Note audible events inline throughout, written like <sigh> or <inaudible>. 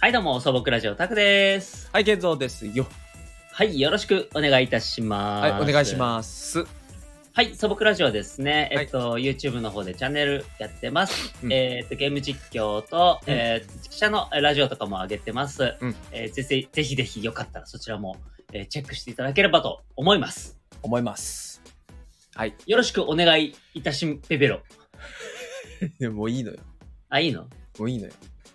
はい、どうも、素朴ラジオタクです。はい、健三ですよ。はい、よろしくお願いいたしまはす。い、お願いします。す。はい、素朴ラジオですね、はいえっと、YouTube の方でチャンネルやってます。うんえーっと、ゲーム実況と、うんえー実写のラジオとかも上げてます。うんえーぜひ、ぜひぜひよかったらそちらも、えーチェックしていただければと思います。思います。はい、よろしくお願いいたしペペロ。で <laughs> ももういいのよ。あ、いいのもういいのよ。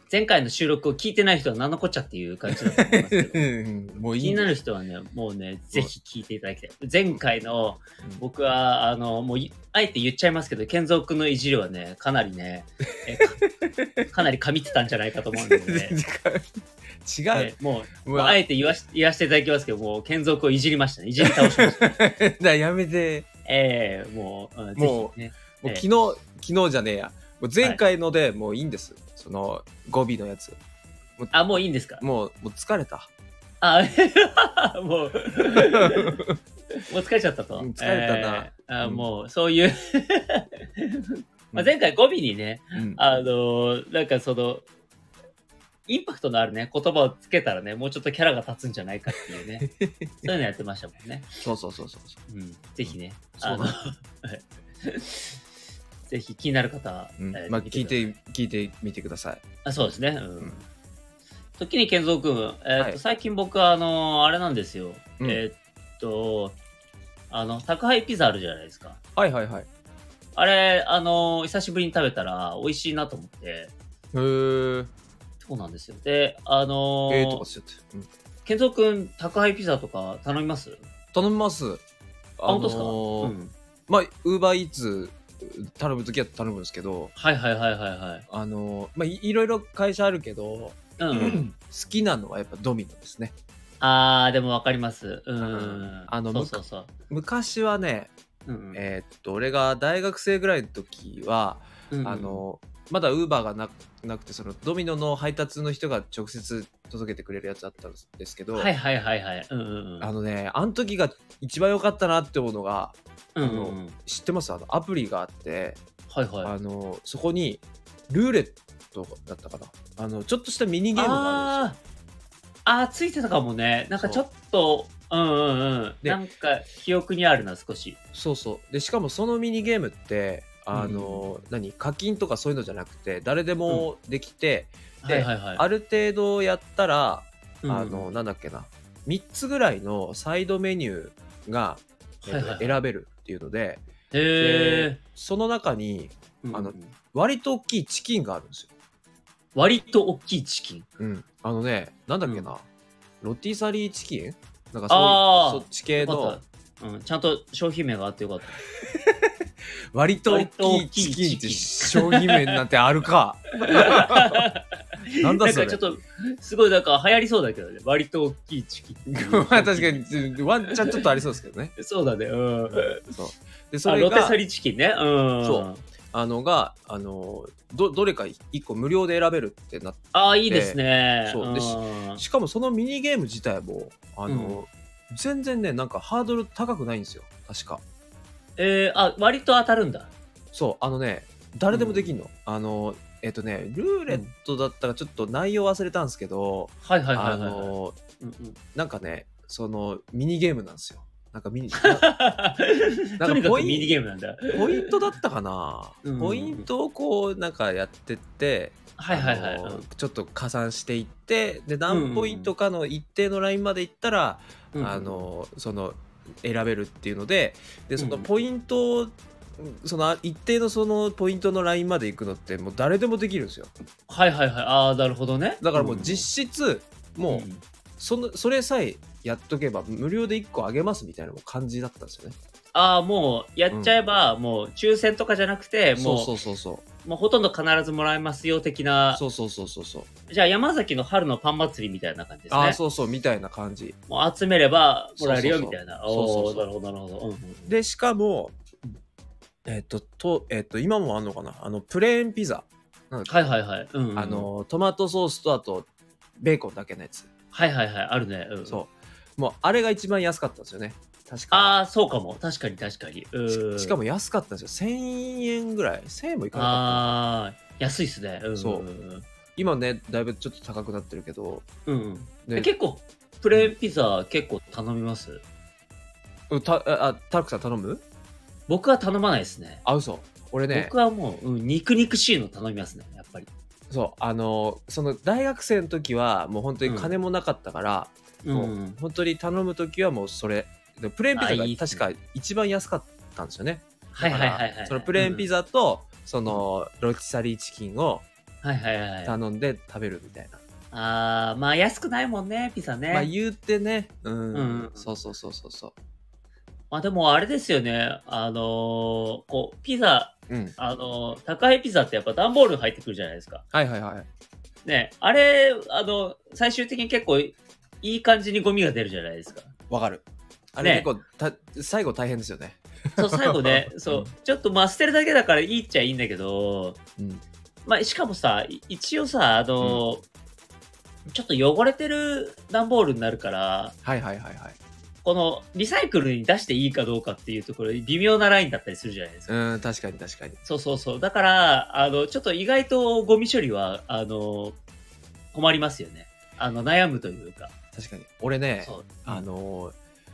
前回の収録を聞いてない人は何のこっちゃっていう感じだと思い <laughs> ますけど。もういい気になのよる人はね、もうね、ぜひ聞いていただきたい。前回のうん僕は、あの、もうい、あえて言っちゃいますけど、健三君のいじりはね、かなりね、えか <laughs> かなり噛みってたんじゃないかと思うんで、 <laughs> ね、違う。えもう、うもうあわ、えて言わし言わせていただきますけど、もう健三君をいじりましたね。いじり倒 <laughs> しました。だやめて。ええもう、うんぜもひね。もうええ昨日、昨日じゃねえや。もう前回のでもういいんです。その語尾のやつ。あ、もういいんですかもう、もう疲れ <laughs> た。あ、 <laughs> もう、もう疲れちゃったと。うん疲れたなえーあうんもう、そう <laughs> いう、まあ前回語尾にね、うんあのーなんかその、インパクトのあるね、言葉をつけたらね、もうちょっとキャラが立つんじゃないかっていう <laughs> ね、そういうのやってましたもんね。そうそうそうそうそう。うん、ぜひね、そあうの、 <laughs> ぜひ気になる方は、うんえーまあ聞い見くださて聞いてみてください。あ、そうですね。うん。うん時に健三君、えーっとはい最近僕はあのーあれなんですよ。うんえーっと、あの、宅配ピザあるじゃないですか。はいはいはい。へあれ、あのー久しぶりに食べたら美味しいなと思って、え。そうなんですよ。で、あのーええとかしちゃって。うん健三くん、宅配ピザとか頼みます頼みます。あ、本当ですか、のーうん、まあ、ウーバーイーツ頼むときは頼むんですけど、はいはいはいはいはい。あの、まあ、いいろいろ会社あるけど、うんうん、 <clears throat> 好きなのはやっぱドミノですね。あー、でもわかります。うんうんうん。あのそうそうそう。昔はね、うんうんえーっと、俺が大学生ぐらいの時は、うんうんあの、まだウーバーがななくて、そのドミノの配達の人が直接届けてくれるやつだったんですけど、はいはいはいはい。うんうんうん。あのね、あの時が一番良かったなって思うのが、うんうんうん、知ってますあのアプリがあって、はいはい。あの、そこにルーレットだったかな。あの、ちょっとしたミニゲームがあるんですよ。あーあーついてたかもねなんかちょっとうんうんうんでなんか記憶にあるな少しそうそうでしかもそのミニゲームってあの、何課金とかそういうのじゃなくて誰でもできて、はでいはいはいある程度やったら、うんあのなんだっけな3つぐらいのサイドメニューが、えっとはいはいはい選べるっていうのでへえその中にあの割と大きいチキンがあるんですよ。割と大きいチキンうん、あのねなんだっけな、ロティサリーチキンなんかあーそういうそっち系よかのったうん、ちゃんと商品名があってよかった。割と大きいチキンって商品名なんてあ <laughs> るかなんだそなんかれちょっと、すごいなんか流行りそうだけどね。割と大きいチキン。 <laughs> まあ確かにワンチャンちょっとありそうですけどね。そうだね。うん。そうでそあ、れロテがサリチキンね。うん。そう。あのがあのどどれか1個無料で選べるってなっああ、いいですね。そうでしんしかもそのミニゲーム自体もあの、全然ねなんかハードル高くないんですよ確か。えー、あ、割と当たるんだ。そうあのね誰でもできるの。あのえっとねルーレットだったらちょっと内容忘れたんですけど、はいはいはいあはいはい。のうんうんなんかねそのミニゲームなんですよ。なんか <laughs> ミニとにかくミニゲームなんだ。ポイントだったかな、うんポイントをこうなんかやってって、はいはいはい。あのうんちょっと加算していってでうんうん何ポイントかの一定のラインまでいったら、うんうんあのその選べるっていうのででそうんうのんポイントをその一定のそのポイントのラインまで行くのってもう誰でもできるんですよはいはいはい。ああ、なるほどね。だからもう実質、うんもうそのそれさえやっとけば無料で1個あげますみたいな感じだったんですよねああ、もうやっちゃえば、もう抽選とかじゃなくて、もうそうそうそうそうもうほとんど必ずもらえますよ的な、そうそうそうそうそうじゃあ山崎の春のパン祭りみたいな感じですあねあ。そうそうみたいな感じもう集めればもらえるよそうみたそうそういな。そおうそおうー、そなうるほど、なるほど。うんうんでしかもえっととえっと今もあんのかなあのプレーンピザなんだっけはいはいはい。うんうんあ、のトマトソースとあとベーコンだけのやつ、はいはいはい、あるね。うんそうもうあれが一番安かったんですよね確かああ、そうかも。確かに確かに。うんししかも安かったんですよ1000円ぐらい1000円もいかなかああ、安いっすね。うんそううんうん今ねだいぶちょっと高くなってるけど、うんうん、ねえ結構プレーンピザ結構頼みますうんたああタクさん頼む僕は頼まないですねあ嘘俺ね僕はもう、うん、肉肉しいの頼みますねやっぱり、そうあのその大学生の時はもう本当に金もなかったから、うんもう、うん本当に頼む時はもうそれでプレーンピあザいいっがす確か一番安かったんですよねはいはいはいはいそのプレーンピザ、ザと、そのロティサリーチキンをうんはいはいはいはい頼んで食べるみたいな、あーまあ安くないもんねピザね、ままああ、言うてねうん、うんうんそうそうそうそうそでもあれですよねあのーこうピザううんあのー高いピザってやっぱ段ボールに入ってくるじゃないですかはいはいはいねあれあの最終的に結構いい感じにゴミが出るじゃないですかわかるあれね結構、た最後大変ですよねそう最後ね <laughs> そううんちょっとまあ捨てるだけだからいいっちゃいいんだけどうんまあ、しかもさ、い一応さ、あの、ちょっと汚れてる段ボールになるから、はいはいはいはいこのリサイクルに出していいかどうかっていうところ、微妙なラインだったりするじゃないですか。うん確かに確かにそうそうそう。だから、あの、ちょっと意外とゴミ処理は、あの、困りますよね。あの、悩むというか。確かに俺ねそう。あのー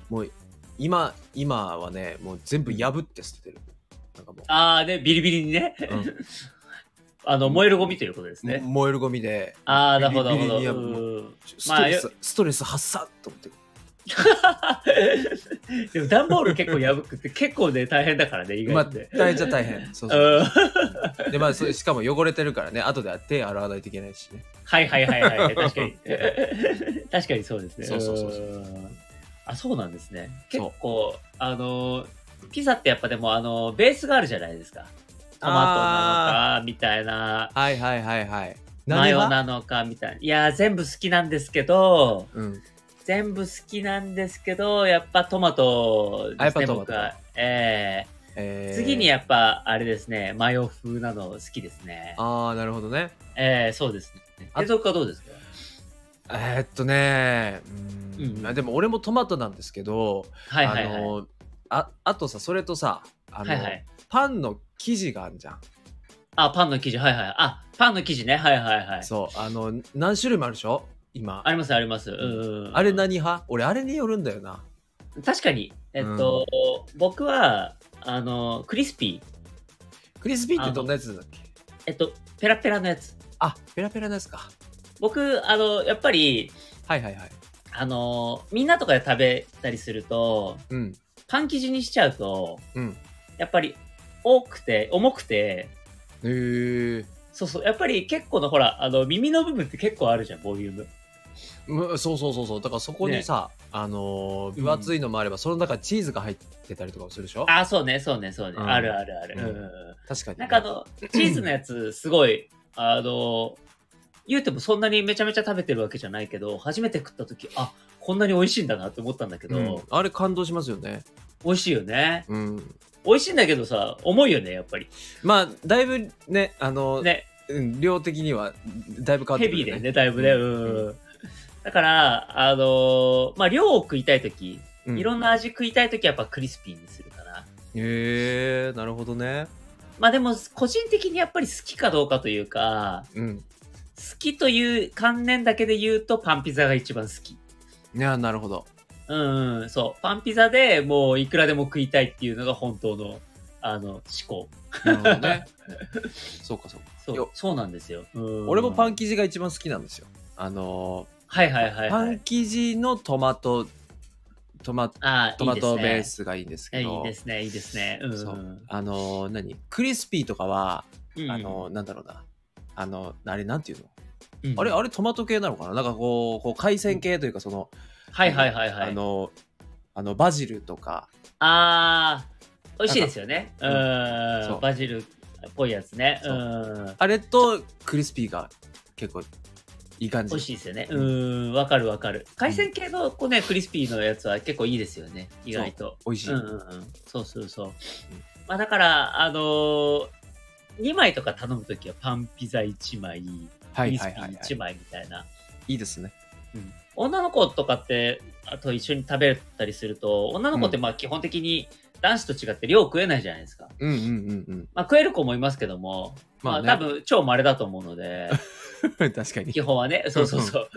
もう今今はねもう全部破って捨ててるなんかもあーね、ビリビリにね。う、うんあの、燃えるゴミということですね。燃えるゴミであー、なるほど、ビなリるビリほに破ど。もううん <laughs> スまトあレス、ストレス発散と思ってでも段ボール結構破くって結構ね大変だからね意まあ外とね、大変じゃ大 <laughs> 変そうそううんでまあそれしかも汚れてるからね後で手洗わないといけないしねはいはいはい <laughs> はい確かに <laughs> 確かにそうですねそうそうそうそうんあそうなんですね結構あのピザってやっぱでもあのベースがあるじゃないですかトマトなのかみたいなはいはいはいはいマヨ何がなのかみたいないやー全部好きなんですけどうん全部好きなんですけどやっぱトマトあでやっすぱねトマト僕はえええー次にやっぱあれですねマヨ風なの好きですねああなるほどねええそうですねあ継続はどうですかえーっとねうーん、うんあでも俺もトマトなんですけど、はいはいはいあのーああとさそれとさあのはいはいパンの生地があるじゃんあ、パンの生地、はいはい。あ、パンの生地ね、はいはいはい。そうあの何種類もあるでしょ今ありますあります。うん。あれ何派俺あれによるんだよな確かに、えっと、僕は、あの、クリスピー、クリスピーってどんなやつだっけえっと、ペラペラのやつ。あペラペラのやつか僕、あの、やっぱり、はいはいはいあの、みんなとかで食べたりすると、うんパン生地にしちゃうと、うんやっぱり、多くて、重くて、へえそうそう、やっぱり結構の、ほら、あの、耳の部分って結構あるじゃん、ボリューム。むそうそうそうそうだからそこにさ、あのー分厚いのもあれば、その中にチーズが入ってたりとかもするでしょあ、そうね、そうね、そうね。うんあるあるある。うんうん確かになんかあの、チーズのやつ、すごい、あの、言うてもそんなにめちゃめちゃ食べてるわけじゃないけど、初めて食った時、あ、こんなに美味しいんだなって思ったんだけど、うんあれ感動しますよね美味しいよね。うん美味しいんだけどさ、重いよね、やっぱり。まあだいぶねあのね、うん量的にはだいぶ変わっヘてくビるーよだよね、だいぶね。ううんん。だから、あのまあ、量を食いたい時、うんいろんな味食いたい時はやっぱクリスピーにするかな。へえなるほどねまあでも、個人的にやっぱり好きかどうかというか、うん好きという観念だけで言うと、パンピザが一番好き。いやなるほ <laughs> どうんうん、そう。パンピザでもういくらでも食いたいっていうのが本当の、あの、思考。なるほどねそうかそうかそよう、そうなんですよ。うん俺もパン生地が一番好きなんですよあのはいはいはい、ーパはンい。生地のトマトトマあトマトベース。スがいいんですえけいいどですね、いいですね。うんうん。そうあのー何クリスピーとかはうんあのー、なんだろうなあのあれなんていうの、うんあれあれトマト系なのかななんかこうこう海鮮系というかその、はいはいはいはい。ああのあのバジルとかあー美味しいですよね。うなんん。そうバジルっぽいやつね。う。そうんあれとクリスピーが結構いい感美味しじいですよね。うん、わかるわかる。海鮮系のこうね、クリスピーのやつは結構いいですよね、意外と。美味しい、うんうんうん、そうそうそう。まあだから、あのー、2枚とか頼むときはパンピザ1枚、はクいリスはピいはい、はー1い、枚みたいな。いいですね女の子とかって、あと一緒に食べたりすると、女の子ってまあ基本的に男子と違って量食えないじゃないですか。うんうんうんうんまあ食える子もいますけども、まあ、ね <laughs> 多分超稀だと思うので、確かに基本はね。そうそうそう。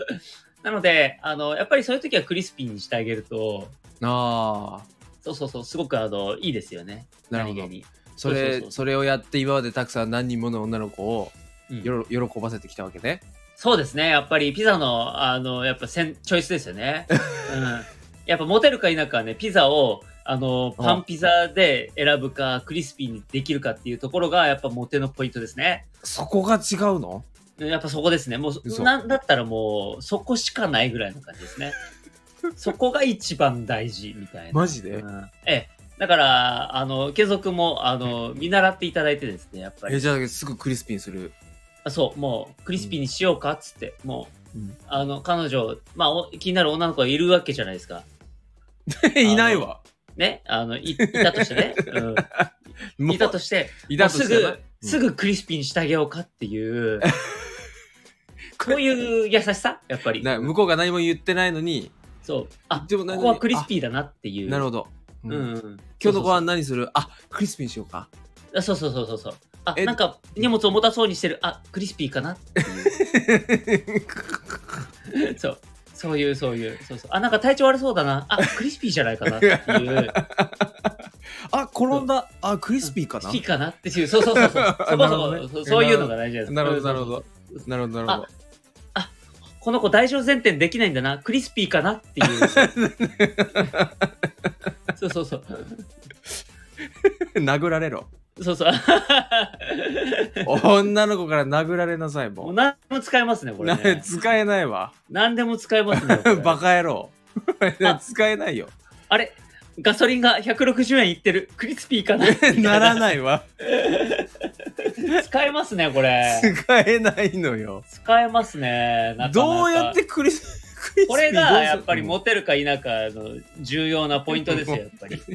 なので、あの、やっぱりそういう時はクリスピーにしてあげると、ああそうそうそう、すごくあの、いいですよね。なるほ何ど気に。そそうそうれそうそれをやって今までたくさん何人もの女の子をうんよろ喜ばせてきたわけねそうですね。やっぱりピザの、あの、やっぱせんチョイスですよね。うん。やっぱモテるか否かはね、ピザを、あの、パンピザで選ぶか、クリスピーにできるかっていうところが、やっぱモテのポイントですね。そこが違うのやっぱそこですね。もそうう、なんだったらもう、そこしかないぐらいの感じですね。そこが一番大事みたいな。マジでうんええ。だから、あの、継続も、あの、見習っていただいてですね、やっぱりえ。じゃあすぐクリスピーにするあそう、もう、クリスピーにしようかっつって、もう、うんあの、彼女、まあお、気になる女の子がいるわけじゃないですか。 <laughs> いないわね、あの、いいたとして <laughs> ね、うん、もういたとして、いもうたとすしてなぐ、すぐクリスピーにしてあげようかって <laughs> いう、ここういう優しさ、やっぱり。な向こうが何も言ってないのにそう。あ、でもここはクリスピーだなっていう。なるほど、うんうんうんうん。今日のご飯何するあクリスピーにしようかあそうそうそうそうそう。あ、えなんか荷物重たそうにしてる。あ、クリスピーかな <laughs> っていう。そう。そういう、そういう。そうそう。あ、なんか体調悪そうだな。あ、クリスピーじゃないかなっていう。 <laughs> あ転んだあクリスピーか好なきかなっていう。そうそうそう <laughs> そう。そこなるほどねそこ、そういうのが大事です。なるほどなるほど。どなるほどなるほどこの子、大乗前転できないんだな。クリスピーかなって <laughs> いう。そうそうそう。殴られろそうそう。 <laughs> 女の子から殴られなさいももうう何でも使えますね、これ、なね。 <laughs> 使えないわ何でも使えますね。これ <laughs> バカ野郎あ使えない <laughs> よあれガソリンが160円いってる。クリスピーかなならないわ使えますね、これ。使えないのよ使えますね。なかなかどうやってクリスクリ <laughs> スピーこれどうすがるやっぱりモテるか否かの重要なポイントですよ、やっぱり。 <laughs>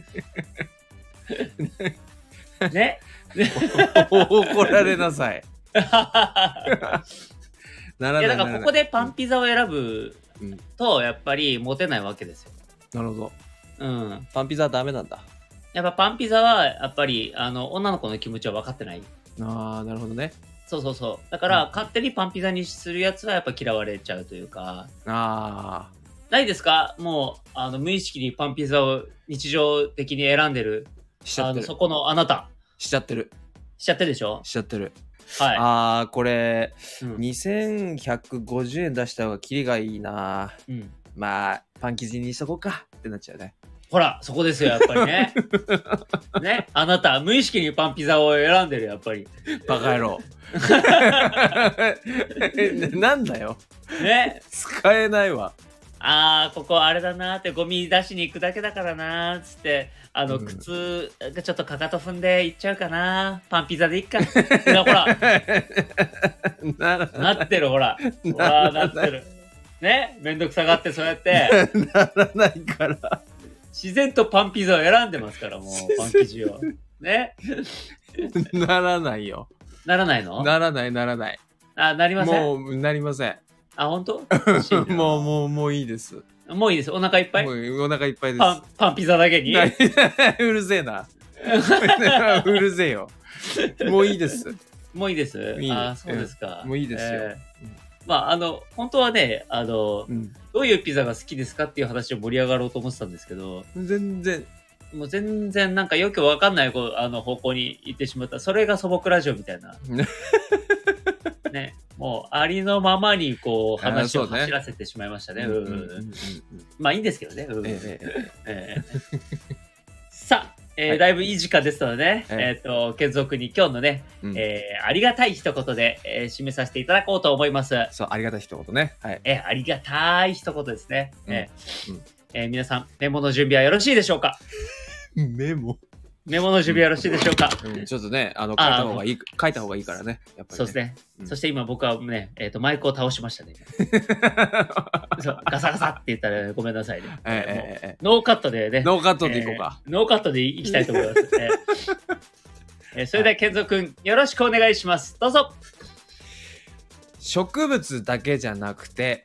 ね怒られなさいいやならないだからならこないこでパンピザを選ぶうんとやっぱりモテないわけですよ。なるほどうん、パンピザはダメなんだやっぱパンピザはやっぱりあの女の子の気持ちは分かってないあーなるほどねそうそうそうだから勝手にパンピザにするやつはやっぱ嫌われちゃうというかあないですかもうあの無意識にパンピザを日常的に選んでるーしちゃあってのるそこのあなたしちゃってるしちゃってるでしょしちゃってる、はいああこれうん2150円出した方がキリがいいなうんまあパン生地にしとこうかってなっちゃうねほら、そこですよ、やっぱり <laughs> ね。ね、あなた、無意識にパンピザを選んでる、やっぱり。バカ野 <laughs> 郎 <laughs> なんだよね、使えないわ <laughs> あー、ここあれだなーって、ゴミ出しに行くだけだからなーっつって、あの、うん靴がちょっとかかと踏んで行っちゃうかなー、パンピザでい <laughs> っか。いやほら、ならななってる、ほら。ほら、なってる。ね、めんどくさがって、そうやって、 <laughs> ならないから自然とパンピザを選んでますから、も <laughs> う、パン生地を。ね、ならないよならないのならないならないあ、なりません。もうなりませんあ、本当 <laughs> もうもうもういいですもう。もういいです。お腹いっぱい。うお腹いっぱいですパン、パンピザだけに。な <laughs> うるせえな <laughs> うるせえよもういいですもういいです。いいああ、そうですか。うんもういいですよえーうんまあ、あの、本当はね、あの、うんどういうピザが好きですかっていう話を盛り上がろうと思ってたんですけど、全然もう全然なんかよくわかんないこうあの方向に行ってしまった。それが素朴ラジオみたい <laughs> な。ね。もうありのままにこうあー話をそうね走らせてしまいましたね。うんうんうんうんうんうんまあいいんですけどね。うんえええええーさあ、えーはいだいぶいい時間でしたのでね、はいえっ、と、継続に今日のね、うんえーありがたい一言で、えー締めさせていただこうと思います。そうありがたい一言ねはいえーありがたい一言ですね。えーうんうんえー皆さん、メモの準備はよろしいでしょうかメモメモの準備はよろしいでしょうか、うんちょっとね、あの、書いあーた方がいい、書いた方がいいからね。やっぱり、ね。そうです。ね。うんそして今僕はね、えーと、マイクを倒しましたね。そうガサガサって言ったらごめんなさいね。ええもうえええノーカットでえね。ノーカットでいこうか。えーノーカットでいきたいと思います。えーえーそれでは、健三くん、よろしくお願いします。どうぞ植物だけじゃなくて、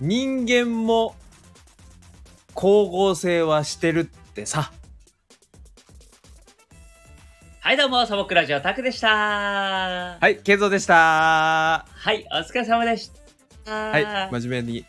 人間も光合成はしてるってさ。はい、どうも、素朴ラジオタクでした。は、はい、ケンゾーでした。はいお疲れ様でした。い、真面目に